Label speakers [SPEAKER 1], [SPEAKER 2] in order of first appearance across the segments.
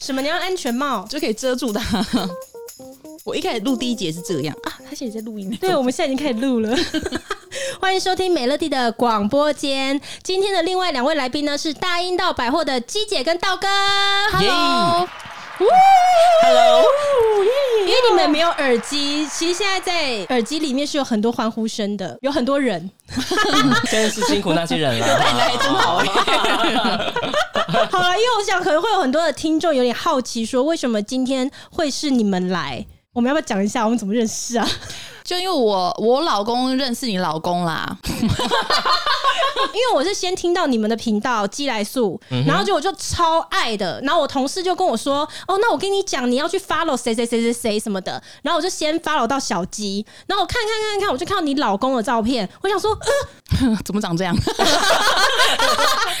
[SPEAKER 1] 什么？你要安全帽？
[SPEAKER 2] 就可以遮住它。 我一开始录第一节是这样啊，他现在在录音呢。
[SPEAKER 1] 对，我们现在已经开始录了。欢迎收听美乐蒂的广播间。今天的另外两位来宾呢是大英道百货的鸡姐跟道哥。Hello，
[SPEAKER 2] Hello，
[SPEAKER 1] 因为你们没有耳机，其实现在在耳机里面是有很多欢呼声的，有很多人。
[SPEAKER 3] 真是辛苦那些人了。 来真好，
[SPEAKER 1] 好了，因为我想可能会有很多的听众有点好奇，说为什么今天会是你们来？我们要不要讲一下我们怎么认识啊？
[SPEAKER 2] 就因为我我老公认识你老公啦，
[SPEAKER 1] 因为我是先听到你们的频道寄来素，然后就我就超爱的，然后我同事就跟我说，哦，那我跟你讲，你要去 follow 谁谁谁谁谁什么的，然后我就先 follow 到小鸡，然后我看看看看，我就看到你老公的照片，我想说，呃，
[SPEAKER 2] 怎么长这样？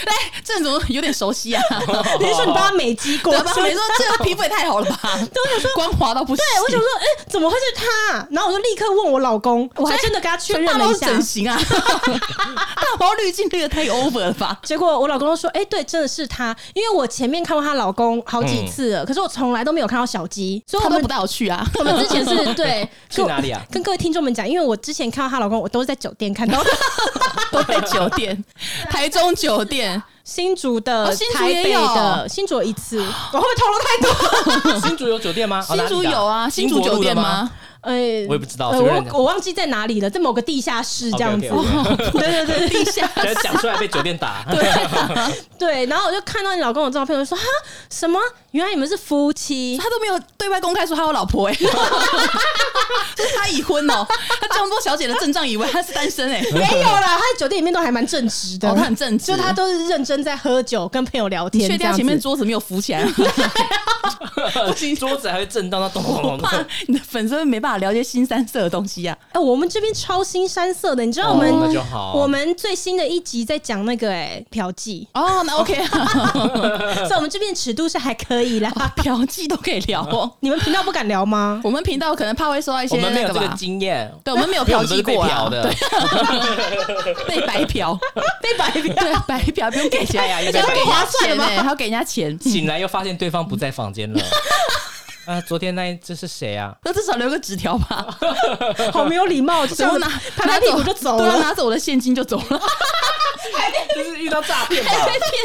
[SPEAKER 2] 来，这人怎么有点熟悉啊？
[SPEAKER 1] 你是说你帮他美肌过
[SPEAKER 2] 对
[SPEAKER 1] 是
[SPEAKER 2] 吧
[SPEAKER 1] 不？是？
[SPEAKER 2] 你说这个皮肤也太好了吧？对，我想说光滑到不行。
[SPEAKER 1] 对，我想说，哎、怎么会是他、然后我就立刻问我老公，我还真的跟他确认了一
[SPEAKER 2] 大猫
[SPEAKER 1] 下
[SPEAKER 2] 整。形啊， 大毛滤镜这个太 over 了吧？
[SPEAKER 1] 结果我老公说：“哎、对，真的是他，因为我前面看过她老公好几次了，可是我从来都没有看到小鸡，所以
[SPEAKER 2] 他
[SPEAKER 1] 我
[SPEAKER 2] 都
[SPEAKER 1] 们
[SPEAKER 2] 不带我去啊。
[SPEAKER 1] 我们之前是对
[SPEAKER 3] 去哪里啊？
[SPEAKER 1] 跟各位听众们讲，因为我之前看到她老公，我都是在酒店看到的，
[SPEAKER 2] 都在酒店， 台中酒店，
[SPEAKER 1] 新竹的、
[SPEAKER 2] 哦新竹
[SPEAKER 1] 台
[SPEAKER 2] 也
[SPEAKER 1] 北
[SPEAKER 2] 有
[SPEAKER 1] 的，新竹有一次，我会不会透露太多？
[SPEAKER 3] 新竹有酒店吗？哦
[SPEAKER 2] 新竹有啊，新竹酒店？吗？
[SPEAKER 1] 呃，
[SPEAKER 3] 我也不知道
[SPEAKER 1] 呃
[SPEAKER 3] 随便
[SPEAKER 1] 我我忘记在哪里了，在某个地下室这样子。
[SPEAKER 3] OK，OK，OK
[SPEAKER 1] 对 对对对
[SPEAKER 2] 地下
[SPEAKER 3] 哪里的等下讲出来被酒 店打。
[SPEAKER 1] 对，然后我就看到你老公的照片，我就说哈什么？原来你们是夫 妻。
[SPEAKER 2] 他都没有对外公开说他有老婆哎、 欸，就是他已婚哦、他这么多小姐的阵仗，以为他是单身哎、
[SPEAKER 1] 没有啦，他在酒店里面都还蛮正直的，
[SPEAKER 2] 哦他很正直
[SPEAKER 1] 就他都是认真在喝酒，跟朋友聊天。
[SPEAKER 2] 确定他前面桌子没有扶起来吗，
[SPEAKER 3] 桌子还会震荡到咚咚哦
[SPEAKER 2] 怕
[SPEAKER 3] 咚。
[SPEAKER 2] 你的粉丝没办法了解新三色的东西啊呀、
[SPEAKER 1] 哎、我们这边超新山色的，你知道我们、
[SPEAKER 3] 哦那就好
[SPEAKER 1] 我们最新的一集在讲那个哎、嫖妓，
[SPEAKER 2] 啊。哦，那 OK 啊，
[SPEAKER 1] 所以我们这边尺度是还可以 啦。
[SPEAKER 2] 嫖妓都可以聊 哦。
[SPEAKER 1] 你们频道不敢聊 吗？
[SPEAKER 2] 我们频道可能怕会受到一些
[SPEAKER 3] 我们没
[SPEAKER 2] 那
[SPEAKER 3] 有
[SPEAKER 2] 个
[SPEAKER 3] 这个
[SPEAKER 2] 吧。
[SPEAKER 3] 经验，
[SPEAKER 2] 对，我们没有
[SPEAKER 3] 因为
[SPEAKER 2] 嫖
[SPEAKER 3] 我们都
[SPEAKER 2] 妓
[SPEAKER 3] 是被
[SPEAKER 2] 过啊
[SPEAKER 3] 嫖，的。
[SPEAKER 2] 被白嫖，
[SPEAKER 1] 被白嫖，
[SPEAKER 2] 对白嫖不用给钱啊
[SPEAKER 3] 哎 呀
[SPEAKER 2] 而
[SPEAKER 3] 也
[SPEAKER 2] 且
[SPEAKER 3] 被
[SPEAKER 2] 还给人
[SPEAKER 3] 白
[SPEAKER 2] 家
[SPEAKER 1] 嫖
[SPEAKER 2] 钱呢，还要给人家钱，
[SPEAKER 3] 醒来又发现对方不在房间 了。啊，昨天那一这是谁啊？
[SPEAKER 2] 那至少留个纸条吧。
[SPEAKER 1] 好没有礼貌，就这
[SPEAKER 2] 然
[SPEAKER 1] 样
[SPEAKER 2] 后
[SPEAKER 1] 子
[SPEAKER 2] 拿
[SPEAKER 1] 拍拍屁股就走
[SPEAKER 2] 对啊
[SPEAKER 1] 了，
[SPEAKER 2] 拿走我的现金就走 了，
[SPEAKER 3] 这是遇到诈骗吧？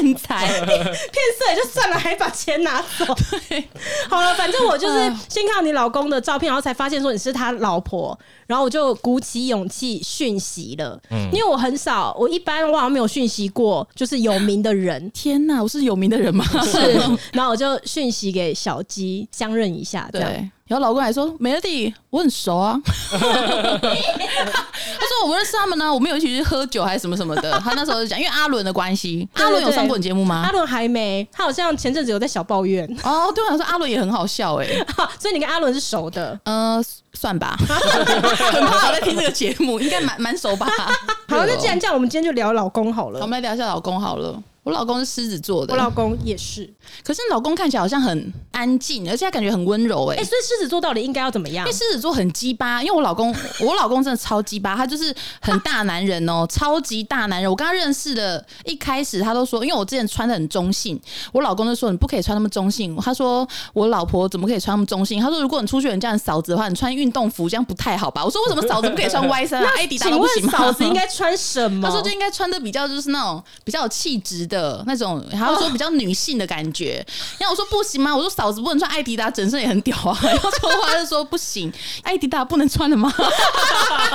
[SPEAKER 2] 骗财。。
[SPEAKER 1] 骗色也就算了，还把钱拿走。好了，反正我就是先看到你老公的照片，然后才发现说你是他老婆，然后我就鼓起勇气讯息了。因为我很少，我一般我好像没有讯息过，就是有名的人
[SPEAKER 2] 天哪，我是有名的人吗？
[SPEAKER 1] 是，然后我就讯息给小鸡相认一下，这
[SPEAKER 2] 对
[SPEAKER 1] 样。。
[SPEAKER 2] 然后老公还说：“美乐蒂，我很熟啊。” 他说：“我不认识他们呢、我们有一起去喝酒还是什么什么的。”他那时候就讲，因为阿伦的关系，
[SPEAKER 1] 对对
[SPEAKER 2] 阿伦有上过你节目吗
[SPEAKER 1] 阿？伦还没，他好像前阵子有在小抱怨，
[SPEAKER 2] 哦，对我想说阿伦也很好笑哎、
[SPEAKER 1] 所以你跟阿伦是熟的。
[SPEAKER 2] 呃，算吧，很怕我在听这个节目，应该蛮蛮熟吧。
[SPEAKER 1] 好，那既
[SPEAKER 2] 样，
[SPEAKER 1] 然这样，我们今天就聊老公好
[SPEAKER 2] 我
[SPEAKER 1] 了。
[SPEAKER 2] 哦们来聊一下老公好了。我老公是狮子座的，
[SPEAKER 1] 我老公也是，
[SPEAKER 2] 可是老公看起来好像很安静，而且他感觉很温柔哎、
[SPEAKER 1] 哎、所以狮子座到底应该要怎么样
[SPEAKER 2] 因为？狮子座很鸡巴，因为我老公， 我老公真的超鸡巴，他就是很大男人哦，超级大男人。我跟他认识的一开始，他都说，因为我之前穿的很中性，我老公就说你不可以穿那么中性。他说我老婆怎么可以穿那么中性？他说如果你出去人家很嫂子的话，你穿运动服这样不太好吧？我说为什么嫂子不可以穿歪身啊？艾迪达
[SPEAKER 1] 请
[SPEAKER 2] 都不
[SPEAKER 1] 问
[SPEAKER 2] 行吗？
[SPEAKER 1] 嫂子应该穿什么？
[SPEAKER 2] 他说就应该穿的比较就是那种比较有气质的那种，还有说比较女性的感觉。 然后我说不行吗？我说嫂子不能穿艾迪达，整身也很屌啊。 然后说话就说不行，艾迪达不能穿了吗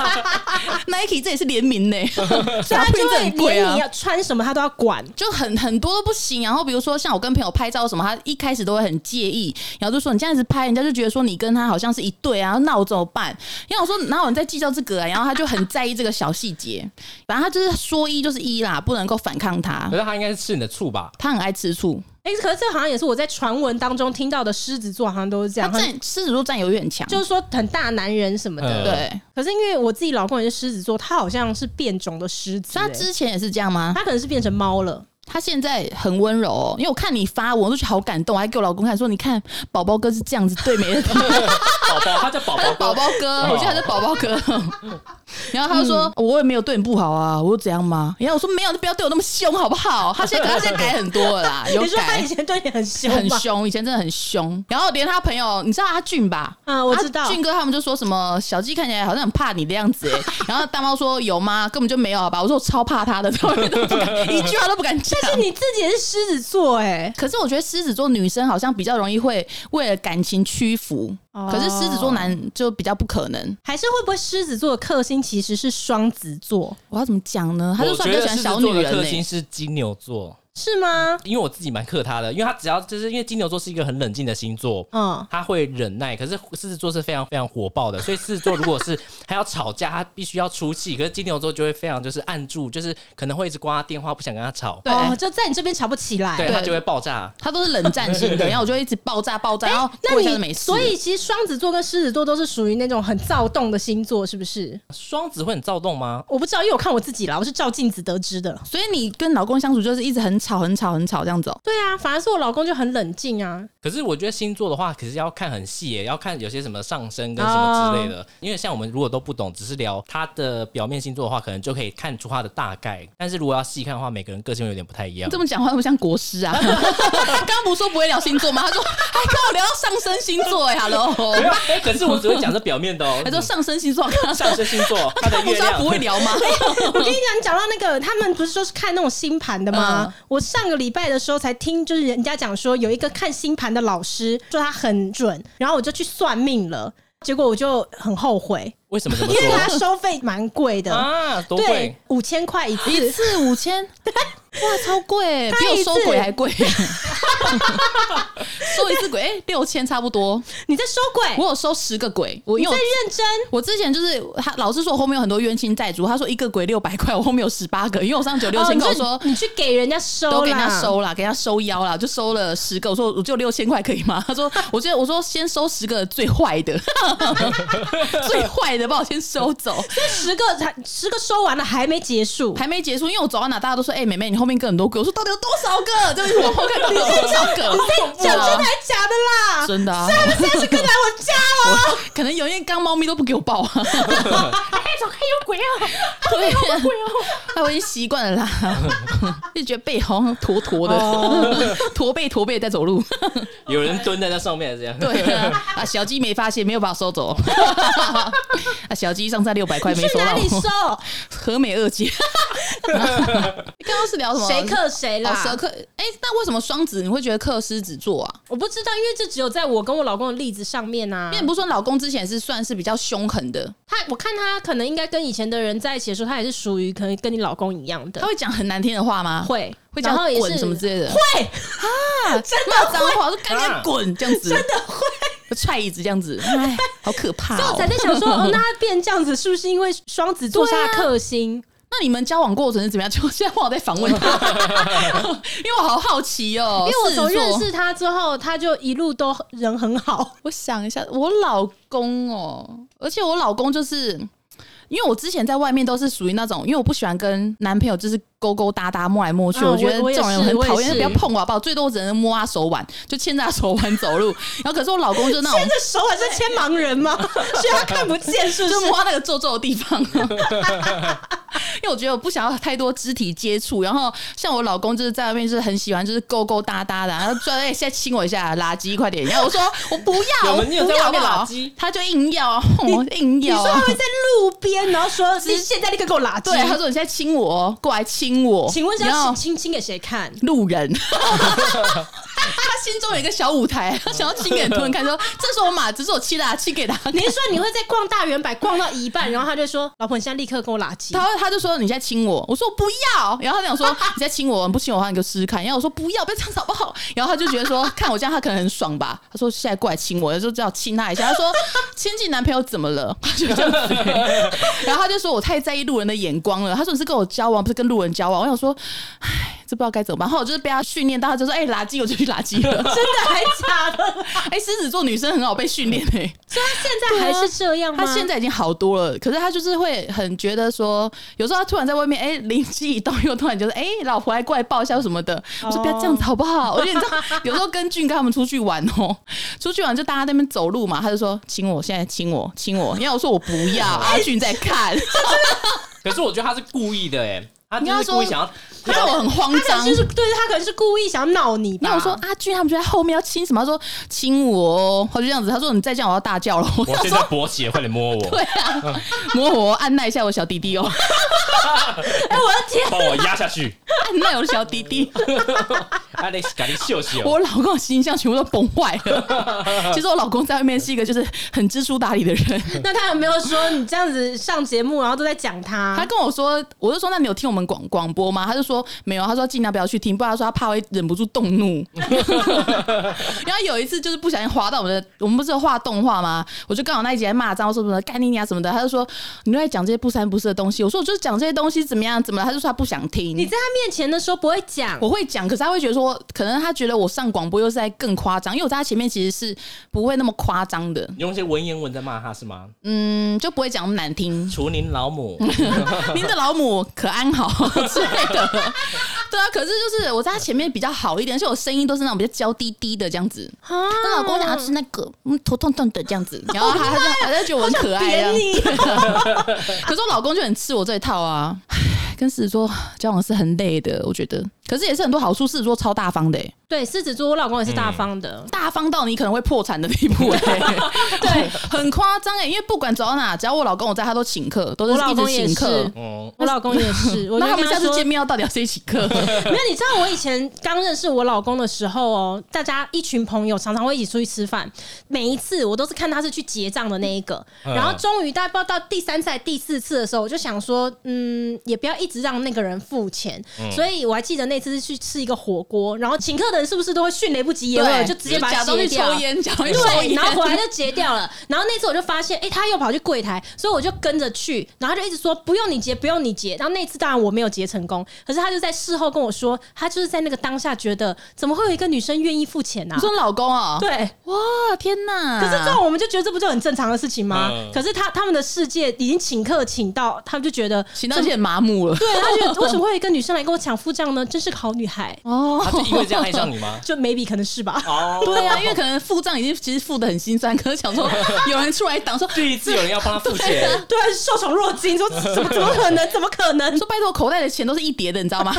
[SPEAKER 2] ？Nike 这也是联名 呢、
[SPEAKER 1] 所以
[SPEAKER 2] 小
[SPEAKER 1] 啊他
[SPEAKER 2] 配
[SPEAKER 1] 就
[SPEAKER 2] 这
[SPEAKER 1] 会
[SPEAKER 2] 很贵
[SPEAKER 1] 连
[SPEAKER 2] 啊
[SPEAKER 1] 你。要穿什么他都要管。
[SPEAKER 2] 就很很多都不行，然后比如说像我跟朋友拍照什么，他一开始都会很介意，然后就说你这样子拍，人家就觉得说你跟他好像是一对啊，那我怎么办？然后我说哪有人在计较这个啊？然后他就很在意这个小细节，反正他就是说一就是一啦，不能够反抗他
[SPEAKER 3] 可。是他应该是吃你的醋吧？
[SPEAKER 2] 他很爱吃醋，
[SPEAKER 1] 哎、可是这好像也是我在传闻当中听到的，狮子座好像都是这
[SPEAKER 2] 他
[SPEAKER 1] 样，很
[SPEAKER 2] 占狮子座占有欲很强，
[SPEAKER 1] 就是说很大男人什么的。
[SPEAKER 3] 嗯
[SPEAKER 2] 对。
[SPEAKER 1] 可是因为我自己老公也是狮子座，他好像是变种的狮子、
[SPEAKER 2] 所以他
[SPEAKER 1] 哎
[SPEAKER 2] 之前也是这样吗？
[SPEAKER 1] 他可能是变成猫了。
[SPEAKER 2] 他现在很温柔、哦，因为我看你发文，我都觉得好感动，我还给我老公看说，你看宝宝哥是这样子对美人的，
[SPEAKER 3] 宝宝，他叫宝宝
[SPEAKER 2] 宝
[SPEAKER 3] 哥，
[SPEAKER 2] 宝哥，
[SPEAKER 1] 哦
[SPEAKER 2] 我记得他是宝宝哥。
[SPEAKER 1] 嗯
[SPEAKER 2] 然后他就说：“我也没有对你不好啊，我又怎样吗？”然后我说：“没有，你不要对我那么凶，好不好？” 他现在可他现在改很多了啦，有
[SPEAKER 1] 你说他
[SPEAKER 2] 改
[SPEAKER 1] 以。前对你很凶
[SPEAKER 2] 很
[SPEAKER 1] 吗？
[SPEAKER 2] 凶，以前真的很凶，然后连他朋友，你知道阿俊吧？啊
[SPEAKER 1] 嗯我知道
[SPEAKER 2] 阿俊哥他们就说什么小鸡看起来好像很怕你的 样子、欸，然后大猫说有吗？根本就没有好吧？我说我超 怕他的， 他们都不敢一句话都不敢讲。
[SPEAKER 1] 但 是你自己也是狮子座哎、
[SPEAKER 2] 可是我觉得狮子座女生好像比较容易会为了感情屈服，
[SPEAKER 1] 哦
[SPEAKER 2] 可是狮子座男就比较不可能。
[SPEAKER 1] 还是会不会狮子座的克星其实是双子座？
[SPEAKER 2] 我要怎么讲呢？他就
[SPEAKER 3] 我
[SPEAKER 2] 算
[SPEAKER 3] 觉
[SPEAKER 2] 比较
[SPEAKER 3] 得
[SPEAKER 2] 喜
[SPEAKER 3] 狮
[SPEAKER 2] 欢
[SPEAKER 3] 子
[SPEAKER 2] 小
[SPEAKER 3] 座
[SPEAKER 2] 女
[SPEAKER 3] 的
[SPEAKER 2] 人欸呢、
[SPEAKER 3] 特星是金牛座，
[SPEAKER 1] 是吗？
[SPEAKER 3] 因为我自己蛮克他的，因为他只要就是因为金牛座是一个很冷静的星座。
[SPEAKER 1] 嗯，
[SPEAKER 3] 他会忍耐，可是狮子座是非常非常火爆的，所以狮子座如果是他要吵架，他必须要出气。可是金牛座就会非常就是按住，就是可能会一直挂他电话，不想跟他吵，
[SPEAKER 2] 对
[SPEAKER 1] 哦，就在你这边吵不起来。
[SPEAKER 3] 对他就会爆炸。
[SPEAKER 2] 他都是冷战型 的，然后我就一直爆炸爆炸，然后
[SPEAKER 1] 哎那
[SPEAKER 2] 过一下就没
[SPEAKER 1] 你
[SPEAKER 2] 事。
[SPEAKER 1] 所以其实双子座跟狮子座都是属于那种很躁动的星座，是不是？
[SPEAKER 3] 双子会很躁动吗？
[SPEAKER 1] 我不知道，因为我看我自己啦，我是照镜子得知的。
[SPEAKER 2] 所以你跟老公相处就是一直很吵很吵很吵这样子哦、
[SPEAKER 1] 对啊，反而是我老公就很冷静啊。
[SPEAKER 3] 可是我觉得星座的话，可是要看很细耶，要看有些什么上升跟什么之类的。因为像我们如果都不懂，只是聊它的表面星座的话，可能就可以看出它的大概。但是如果要细看的话，每个人个性有点不太一样
[SPEAKER 2] 你这。么讲话，那么像国师 啊！刚刚不是说不会聊星座吗？他说还跟我聊到上升星座哎、哈 h e l l
[SPEAKER 3] 没
[SPEAKER 2] o
[SPEAKER 3] 有，哎可是我只会讲这表面的 哦。
[SPEAKER 2] 他说上升星座，我跟他
[SPEAKER 3] 上升星座，它的
[SPEAKER 2] 不
[SPEAKER 3] 月
[SPEAKER 2] 是他
[SPEAKER 3] 亮
[SPEAKER 2] 不会聊吗？
[SPEAKER 1] 我跟你讲，你讲到那个，他们不是说是看那种星盘的吗？
[SPEAKER 2] 嗯
[SPEAKER 1] 我上个礼拜的时候才听，就是人家讲说有一个看星盘的老师说他很准，然后我就去算命了，结果我就很后悔，
[SPEAKER 3] 为什么这么
[SPEAKER 1] 因为他
[SPEAKER 3] 说
[SPEAKER 1] 收费蛮贵的。
[SPEAKER 3] 啊？多
[SPEAKER 1] 对
[SPEAKER 3] 贵？，
[SPEAKER 1] 五千块一次，
[SPEAKER 2] 嗯一次五千，哇，超贵，欸
[SPEAKER 1] 他
[SPEAKER 2] 比
[SPEAKER 1] 一
[SPEAKER 2] 我
[SPEAKER 1] 次
[SPEAKER 2] 收鬼还贵。 收一次鬼，哎、六千差不多。
[SPEAKER 1] 你在收鬼？
[SPEAKER 2] 我有收十个鬼，我
[SPEAKER 1] 你
[SPEAKER 2] 因
[SPEAKER 1] 在
[SPEAKER 2] 为我
[SPEAKER 1] 认真？
[SPEAKER 2] 我之前就是他老师说我后面有很多冤亲债主，他说一个鬼六百块，我后面有十八个，因为我上九六
[SPEAKER 1] 哦
[SPEAKER 2] 千
[SPEAKER 1] 你
[SPEAKER 2] 块，我
[SPEAKER 1] 就
[SPEAKER 2] 说。
[SPEAKER 1] 你去给人家收啦，
[SPEAKER 2] 都给人家收啦，给人家收腰啦，就收了十个。我说我 只有六千块，可以吗？他说，我觉得我说先收十个最坏的， 最坏的把我先收走。
[SPEAKER 1] 十个才十个收完了还没结束，
[SPEAKER 2] 还没结束，因为我走到哪大家都说，哎、妹妹你后面跟很多鬼。我说到底有多少个？就是往后看到底有多少 个？
[SPEAKER 1] 讲真的还假的啦？
[SPEAKER 2] 真的啊，
[SPEAKER 1] 现在是跟来我家了，
[SPEAKER 2] 我 可能有一天刚猫咪都不给我抱啊。
[SPEAKER 1] 哎，走开，有鬼啊！
[SPEAKER 2] 对呀，哎，我已经习惯了啦， 就觉得背好像驼驼
[SPEAKER 1] 哦
[SPEAKER 2] 的， 驼背驼背在走路。
[SPEAKER 3] 有人蹲在那上面这样。
[SPEAKER 2] 对啊， 啊，小鸡没发现，没有把我 收走。啊，小鸡上站六百块 没
[SPEAKER 1] 去
[SPEAKER 2] 收
[SPEAKER 1] 哪里收
[SPEAKER 2] 到，？和美二姐。刚刚是聊什么？
[SPEAKER 1] 谁克谁啦
[SPEAKER 2] 哦，？蛇克。哎，那为什么双子你会觉得克狮子座啊？
[SPEAKER 1] 我不知道，因为这只有在我跟我老公的例子上面啊
[SPEAKER 2] 因。为你不是说老公之前是算是比较凶狠的，
[SPEAKER 1] 他我看他可能应该跟以前的人在一起的时候，他也是属于可能跟你老公一样
[SPEAKER 2] 他
[SPEAKER 1] 的，
[SPEAKER 2] 会讲很难听的话吗？
[SPEAKER 1] 会
[SPEAKER 2] 会
[SPEAKER 1] 然
[SPEAKER 2] 讲
[SPEAKER 1] 后也
[SPEAKER 2] 滚
[SPEAKER 1] 是
[SPEAKER 2] 什么之类的，
[SPEAKER 1] 会
[SPEAKER 2] 啊，真的脏话，说赶紧
[SPEAKER 3] 啊
[SPEAKER 2] 滚这样子，真的会踹椅子这样子，哎，好可怕
[SPEAKER 1] 所以
[SPEAKER 2] 哦！啊
[SPEAKER 1] 我才在想说，哦，那他变这样子是不是因为双子座是他的克星？
[SPEAKER 2] 那你们交往过程是怎么样？ 就现在换我在访问他， 因为我好好奇哦，
[SPEAKER 1] 因为我从
[SPEAKER 2] 狮子座
[SPEAKER 1] 认，识他之后，他就一路都人很好。
[SPEAKER 2] 我想一下，我老公哦，而且我老公就是。因为我之前在外面都是属于那种，因为我不喜欢跟男朋友就是勾勾搭搭、摸来摸去，
[SPEAKER 1] 嗯
[SPEAKER 2] 啊我觉得
[SPEAKER 1] 我我也
[SPEAKER 2] 这种人
[SPEAKER 1] 是
[SPEAKER 2] 很
[SPEAKER 1] 我也
[SPEAKER 2] 讨厌，
[SPEAKER 1] 是
[SPEAKER 2] 不要碰我好不好？最多我只能摸他手腕，就牵着他手腕走路。然后可是我老公就那种
[SPEAKER 1] 牵着手腕是牵盲人吗？ 所以他看不见，是不
[SPEAKER 2] 就是摸？到那个皱皱的地方。 因为我觉得我不想要太多肢体接触，然后像我老公就是在外面就是很喜欢就是勾勾搭搭的，然后说哎、现在亲我一下，垃圾快点，然后我说我不要，
[SPEAKER 3] 有
[SPEAKER 2] 我
[SPEAKER 3] 人
[SPEAKER 2] 不
[SPEAKER 3] 有在
[SPEAKER 2] 要
[SPEAKER 3] 外面
[SPEAKER 2] 好
[SPEAKER 3] 拉
[SPEAKER 2] 不好
[SPEAKER 3] 鸡
[SPEAKER 2] 他就硬要啊，哼硬
[SPEAKER 1] 你
[SPEAKER 2] 要
[SPEAKER 1] 说他
[SPEAKER 2] 啊，
[SPEAKER 1] 会在路边，然后说你现在立刻给我拉
[SPEAKER 2] 对，他说你现在亲我哦，过来亲我，
[SPEAKER 1] 请问是
[SPEAKER 2] 然
[SPEAKER 1] 要
[SPEAKER 2] 后
[SPEAKER 1] 亲亲给谁看？
[SPEAKER 2] 路 人。 他心中有一个小舞台，他想要亲给很多人看，说这是我马子，这是我亲的、啊，亲给他 看
[SPEAKER 1] 你是说你会在逛大圆百逛到一半，然后他就说：“老婆，你现在立刻给我拉 鸡。”
[SPEAKER 2] 他他就说你在亲我，我说我不要，然后他想说你在亲我，你不亲我的话你就试试看，然后我说不要，不要这样子好不好？然后他就觉得说看我这样他可能很爽吧，他说现在过来亲我，我就只好亲他一下，他说亲近男朋友怎么了？他就这样子，然后他就说我太在意路人的眼光了，他说你是跟我交往不是跟路人交往，我想说唉。这不知道该怎么办。后来我就是被他训练到，他就说：“哎、垃圾，我就去垃圾了。
[SPEAKER 1] 真的还假的？”
[SPEAKER 2] 哎、狮子座女生很好被训练哎，
[SPEAKER 1] 所以他现在还是这样吗？
[SPEAKER 2] 她现在已经好多了，可是她就是会很觉得说，有时候她突然在外面，哎、灵机一动，又突然觉得，哎、老婆来过来抱一下什么的。我说不要这样子好不好？我觉得你知道，有时候跟俊跟他们出去玩哦、出去玩就大家在那边走路嘛，他就说亲我，现在亲我，亲我。因为我说我不要， 阿俊在看，
[SPEAKER 3] 可是我觉得他是故意的哎，他
[SPEAKER 2] 你要
[SPEAKER 3] 就是
[SPEAKER 2] 说
[SPEAKER 3] 故意想要
[SPEAKER 2] 他让我很慌
[SPEAKER 1] 他可
[SPEAKER 2] 张
[SPEAKER 1] 能。就是对他可能是故意想要闹你吧。
[SPEAKER 2] 那我说阿俊他们就在后面要亲什么？他说亲我哦，他就这样子。他说你再这样我要大叫了。我
[SPEAKER 3] 我现在勃起了，快点摸我，
[SPEAKER 2] 对啊，摸我按耐一下我小弟弟哦，
[SPEAKER 1] 哎，我的天，
[SPEAKER 3] 把我压下去。
[SPEAKER 2] 按耐我的小弟弟。
[SPEAKER 3] Alex，赶紧哦秀秀。
[SPEAKER 2] 我老公的形象全部都崩坏 了。其实我老公在外面是一个就是很知书达理的人，
[SPEAKER 1] 那他有没有说你这样子上节目，然后都在讲
[SPEAKER 2] 他
[SPEAKER 1] 他？
[SPEAKER 2] 跟我说，我就说那你有听我们广广播吗？他就说没有，他说尽量不要去听，不然他说他怕会忍不住动 怒。然后有一次就是不小心滑到我们的，我们不是有画动画吗？我就刚好那一集在骂脏话，说什么干你娘什么的，他就说你都在讲这些不三不四的东西。我说我就是讲这些东西怎么样怎么了，他就说他不想听。
[SPEAKER 1] 你在他面前的时候不会讲，
[SPEAKER 2] 我会讲，可是他会觉得说，可能他觉得我上广播又是在更夸张，因为我在他前面其实是不会那么夸张的，
[SPEAKER 3] 你用一些文言文在骂他是吗？
[SPEAKER 2] 嗯，就不会讲那么难 听。
[SPEAKER 3] 除您老母，
[SPEAKER 2] 您的老母可安好 之类的，对啊。可是就是我在他前面比较好一点，而且我声音都是那种比较娇滴滴的这样子。
[SPEAKER 1] 啊
[SPEAKER 2] 那老公想要吃那个，嗯，头痛痛的这样 子，然后他他就他就觉得我很可爱
[SPEAKER 1] 扁
[SPEAKER 2] 啊。
[SPEAKER 1] 你，
[SPEAKER 2] 可是我老公就很吃我这一套啊。唉跟狮子座交往是很累的，我觉得。可是也是很多好处，狮子座超大方的、欸，
[SPEAKER 1] 对，狮子座，我老公也是大方的。
[SPEAKER 2] 大方到你可能会破产的地步、 欸，
[SPEAKER 1] 对，
[SPEAKER 2] 很夸张哎。因为不管走到哪，只要我老公我在，他都请客，都
[SPEAKER 1] 我
[SPEAKER 2] 是
[SPEAKER 1] 老
[SPEAKER 2] 一直
[SPEAKER 1] 公也
[SPEAKER 2] 请客
[SPEAKER 1] 是。，
[SPEAKER 3] 嗯，
[SPEAKER 1] 我老公也是。我就
[SPEAKER 2] 那他们
[SPEAKER 1] 跟
[SPEAKER 2] 下次
[SPEAKER 1] 说
[SPEAKER 2] 见面要到底要谁请 客？
[SPEAKER 1] 没有，你知道我以前刚认识我老公的时候哦，大家一群朋友常常会一起出去吃饭，每一次我都是看他是去结账的那一个，
[SPEAKER 3] 嗯
[SPEAKER 1] 然后终于大概不知道到第三次、还是第四次的时候，我就想说，嗯，也不要一直让那个人付钱，所以我还记得那次是去吃一个火锅，然后请客的人是不是都会迅雷不及掩耳，就直接把
[SPEAKER 2] 假
[SPEAKER 1] 它
[SPEAKER 2] 装
[SPEAKER 1] 结
[SPEAKER 2] 去
[SPEAKER 1] 掉
[SPEAKER 2] 抽？烟，假装去抽
[SPEAKER 1] 对，
[SPEAKER 2] 烟，
[SPEAKER 1] 哎然后 回来就结掉了。然后那次我就发现，哎、他又跑去柜台，所以我就跟着去，然后他就一直说不用你结，不用你结。然后那次当然我没有结成功，可是他就在事后跟我说，他就是在那个当下觉得，怎么会有一个女生愿意付钱呢、
[SPEAKER 2] 你
[SPEAKER 1] 啊？
[SPEAKER 2] 说老公哦，，
[SPEAKER 1] 对，
[SPEAKER 2] 哇，天哪！
[SPEAKER 1] 可是这种我们就觉得这不就很正常的事情吗？
[SPEAKER 3] 嗯
[SPEAKER 1] 可是他他们的世界已经请客请到，他们就觉得
[SPEAKER 2] 行到有点麻木了
[SPEAKER 1] 对，他觉 得为什么会有一个女生来跟我抢付账呢？真是个好女孩，
[SPEAKER 2] 哦
[SPEAKER 3] 他。是因为这样爱上你 吗？
[SPEAKER 1] 就 maybe 可能是吧。
[SPEAKER 3] 哦，
[SPEAKER 2] 对啊，因为可能付账已经其实付的很心酸，可是想 说有人出来挡说，
[SPEAKER 3] 第一次有人要帮他付
[SPEAKER 2] 对
[SPEAKER 3] 钱，
[SPEAKER 1] 对啊，受宠若惊，说怎么怎么可能？怎么可能？
[SPEAKER 2] 说拜托，口袋的钱都是一叠的，你知道吗？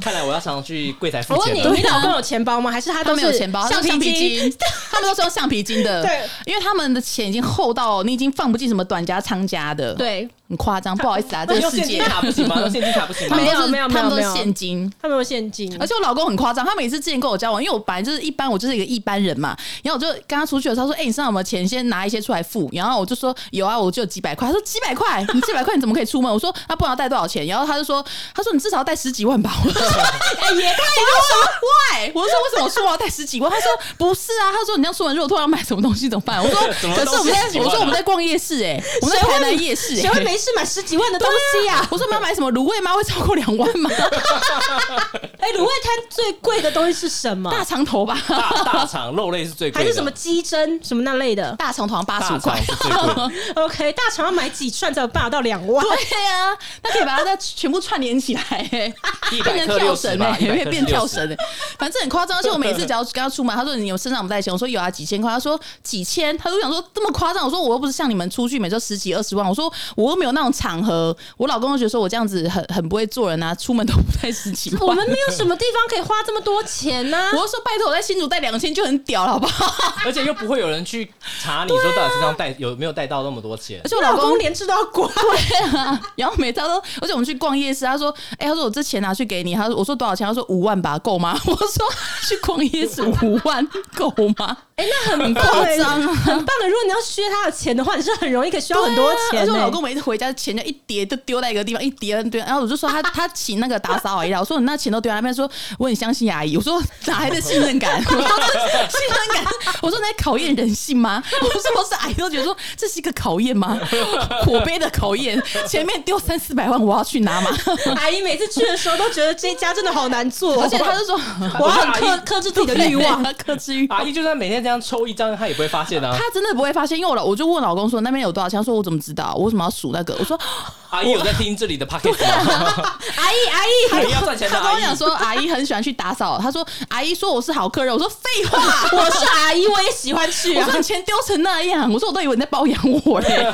[SPEAKER 3] 看来我要常常去柜台付
[SPEAKER 1] 我问你，
[SPEAKER 3] 钱了。
[SPEAKER 1] 你老公有钱包吗？还是他
[SPEAKER 2] 他
[SPEAKER 1] 都
[SPEAKER 2] 没
[SPEAKER 1] 是
[SPEAKER 2] 有钱包，
[SPEAKER 1] 橡
[SPEAKER 2] 他
[SPEAKER 1] 皮
[SPEAKER 2] 们
[SPEAKER 1] 筋？
[SPEAKER 2] 筋， 他们都是用橡皮筋的。
[SPEAKER 1] 对，
[SPEAKER 2] 因为他们的钱已经厚到你已经放不进什么短夹、长夹的，，
[SPEAKER 1] 对，
[SPEAKER 2] 很夸张。不好意思 啊，这
[SPEAKER 3] 用
[SPEAKER 2] 个世
[SPEAKER 3] 现金
[SPEAKER 2] 界，
[SPEAKER 3] 卡不行吗？用现金卡不行
[SPEAKER 2] 他
[SPEAKER 3] 吗
[SPEAKER 2] 们？
[SPEAKER 1] 没有
[SPEAKER 2] 都是
[SPEAKER 1] 没有没有
[SPEAKER 2] 他们都
[SPEAKER 1] 没
[SPEAKER 2] 是
[SPEAKER 1] 有
[SPEAKER 2] 现金。
[SPEAKER 1] 他没有现金，
[SPEAKER 2] 而且我老公很夸张，他每次之前跟我交往，因为我本来就是一般，我就是一个一般人嘛。然后我就跟他出去的时候，他说：“哎、你身上有没有钱？先拿一些出来付。”然后我就说：“有啊，我就有几百块。”他说：“几百块？你几百块你怎么可以出门？”我说：“啊那、不然要带多少钱？”然后他就说：“他说你至少要带十几万吧。” 我说：“哎、也太多了，why？” 我就说：“为什么我出门要带十几万？”他说：“不是啊，他说你这样出门如果突然要买什么东西怎么办？”我 说
[SPEAKER 3] 什：“么
[SPEAKER 2] 可
[SPEAKER 3] 东西
[SPEAKER 2] 是我们在
[SPEAKER 3] 十几
[SPEAKER 2] 我
[SPEAKER 3] 万啊
[SPEAKER 2] 说我们在逛夜市、哎，我们在
[SPEAKER 1] 谁会
[SPEAKER 2] 台南夜市、哎
[SPEAKER 1] 谁会没事买十几万的东西
[SPEAKER 3] 啊
[SPEAKER 1] 呀、
[SPEAKER 2] 啊我说我们要买什么卤味吗？会超过两万 吗？
[SPEAKER 1] 哎、卤味摊最贵的东西是什么？
[SPEAKER 2] 大肠头吧。”
[SPEAKER 3] 大大肠肉类是最贵
[SPEAKER 1] 还
[SPEAKER 3] 的，
[SPEAKER 1] 是什么鸡胗什么那类的
[SPEAKER 2] 大肠团八十五
[SPEAKER 3] 大肠
[SPEAKER 2] 块，
[SPEAKER 3] 是最贵的。
[SPEAKER 1] ？OK，大肠要买几串才有办法到两万？
[SPEAKER 2] 对呀、那可以把它再全部串联起来、 欸，
[SPEAKER 3] 一百
[SPEAKER 2] 变成
[SPEAKER 3] 克
[SPEAKER 2] 跳
[SPEAKER 3] 六
[SPEAKER 2] 绳哎、
[SPEAKER 3] 十吧，
[SPEAKER 2] 欸， 变变跳
[SPEAKER 3] 160
[SPEAKER 2] 绳。哎、反正很夸张。而且我每次只要跟他出门，他说你有身上有没有带钱，我说有啊，几千块，他说几千，他就想说这么夸张，我说我又不是像你们出去每周十几二十万，我说我又没有那种场合，我老公就觉得说我这样子很很不会做人啊，出门都不带十几
[SPEAKER 1] 我
[SPEAKER 2] 万。
[SPEAKER 1] 们没有什么地方可以花这么多钱呢、
[SPEAKER 2] 我就说拜托，我在新竹带两千就很屌了，好不好？
[SPEAKER 3] 而且又不会有人去查你说到底身上带有没有带到那么多钱
[SPEAKER 2] 而。且
[SPEAKER 1] 我
[SPEAKER 2] 我
[SPEAKER 1] 老
[SPEAKER 2] 老公
[SPEAKER 1] 公连吃都要刮，
[SPEAKER 2] 然后每次他都，而且我们去逛夜市，他说：“哎、他说我这钱拿去给你。”他说：“我说多少钱？”他说：“五万吧，够吗？” 我说：“去逛 夜市五万够吗
[SPEAKER 1] 哎、那很棒
[SPEAKER 2] 夸
[SPEAKER 1] 哎、
[SPEAKER 2] 张啊
[SPEAKER 1] 很棒的。如果你要削他的钱的话，你是很容易可以？”削到很多
[SPEAKER 2] 对啊
[SPEAKER 1] 钱、
[SPEAKER 2] 而且我
[SPEAKER 1] 哎
[SPEAKER 2] 老公每次回家钱就一叠就丢在一个地方，一叠一堆。然后我就说他他请那个打扫阿姨来，我说：“你那钱都丢在那边，说我很相信阿姨。我说哪来的信任感？ 我说信任感，我说你在考验人性吗？ 我说是阿姨都觉得说这是一个考验吗？ 火杯的考验，前面丢三四百万，我要去拿吗？
[SPEAKER 1] 阿姨每次去的时候都觉得这一家真的好难做，
[SPEAKER 2] 而且他就 说
[SPEAKER 1] 我要很克克制自己的欲望。，
[SPEAKER 2] 克制欲望
[SPEAKER 3] 阿。姨就算每天这样抽一张，她也不会发现啊
[SPEAKER 2] 他。真的不会发现，因为我老我就问老公说那边有多少钱，他说我怎么知道？我为什么要数那个？我说
[SPEAKER 3] 阿姨有在听这里的 p o c k e t 吗？
[SPEAKER 1] 阿姨，阿姨，
[SPEAKER 3] 阿姨要赚钱
[SPEAKER 1] 啊
[SPEAKER 3] 的
[SPEAKER 2] 啊他跟
[SPEAKER 3] 阿
[SPEAKER 2] 我
[SPEAKER 3] 姨。
[SPEAKER 2] 讲说，阿姨很喜欢去打扫。他说，阿姨说我是好客人。我说废 话，
[SPEAKER 1] 我是阿姨，我也喜欢去
[SPEAKER 2] 我
[SPEAKER 1] 啊
[SPEAKER 2] 说。你钱丢成那样，我说我都以为你在包养我嘞，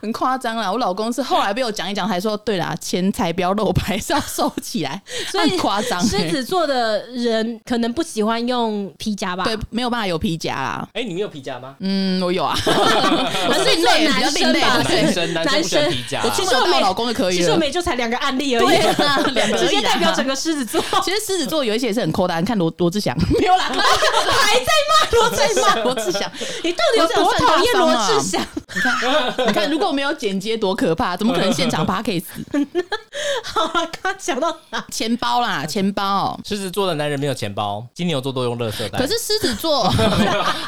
[SPEAKER 2] 很夸张啦。我老公是后来被我讲一讲，才说对啦，钱财不要露白，是要收起来，
[SPEAKER 1] 所以
[SPEAKER 2] 很夸张、
[SPEAKER 1] 狮子座的人可能不喜欢用皮夹吧？
[SPEAKER 2] 对，没有办法有皮夹啦。
[SPEAKER 3] 哎，你们有皮夹吗？
[SPEAKER 2] 嗯，我有 啊，
[SPEAKER 1] 可是你
[SPEAKER 2] 另类
[SPEAKER 1] 男
[SPEAKER 2] 比较
[SPEAKER 1] 生
[SPEAKER 2] 另类
[SPEAKER 1] 吧？
[SPEAKER 2] 的
[SPEAKER 3] 男生男生不喜欢皮夹
[SPEAKER 1] 我
[SPEAKER 2] 出
[SPEAKER 1] 其实
[SPEAKER 2] 门
[SPEAKER 1] 我
[SPEAKER 2] 有
[SPEAKER 1] 没
[SPEAKER 2] 到老公就可以
[SPEAKER 1] 其实我
[SPEAKER 2] 了。
[SPEAKER 1] 们也就才两个案例而
[SPEAKER 2] 对
[SPEAKER 1] 已，
[SPEAKER 2] 啊，两个而已
[SPEAKER 1] 直
[SPEAKER 2] 啦
[SPEAKER 1] 接代表整个狮子 座。
[SPEAKER 2] 其实狮子座有一些也是很抠的啊，你看罗罗志祥 没有啦，还在骂罗志祥，罗志祥，
[SPEAKER 1] 你到底有多讨厌罗志祥？
[SPEAKER 2] 你看如果没有剪接多可怕，怎么可能现场 p a c a s
[SPEAKER 1] 好了，刚刚讲到哪？
[SPEAKER 2] 钱包啦，钱包。
[SPEAKER 3] 狮子座的男人没有钱包，金牛座都用垃圾袋。
[SPEAKER 2] 可是狮子座，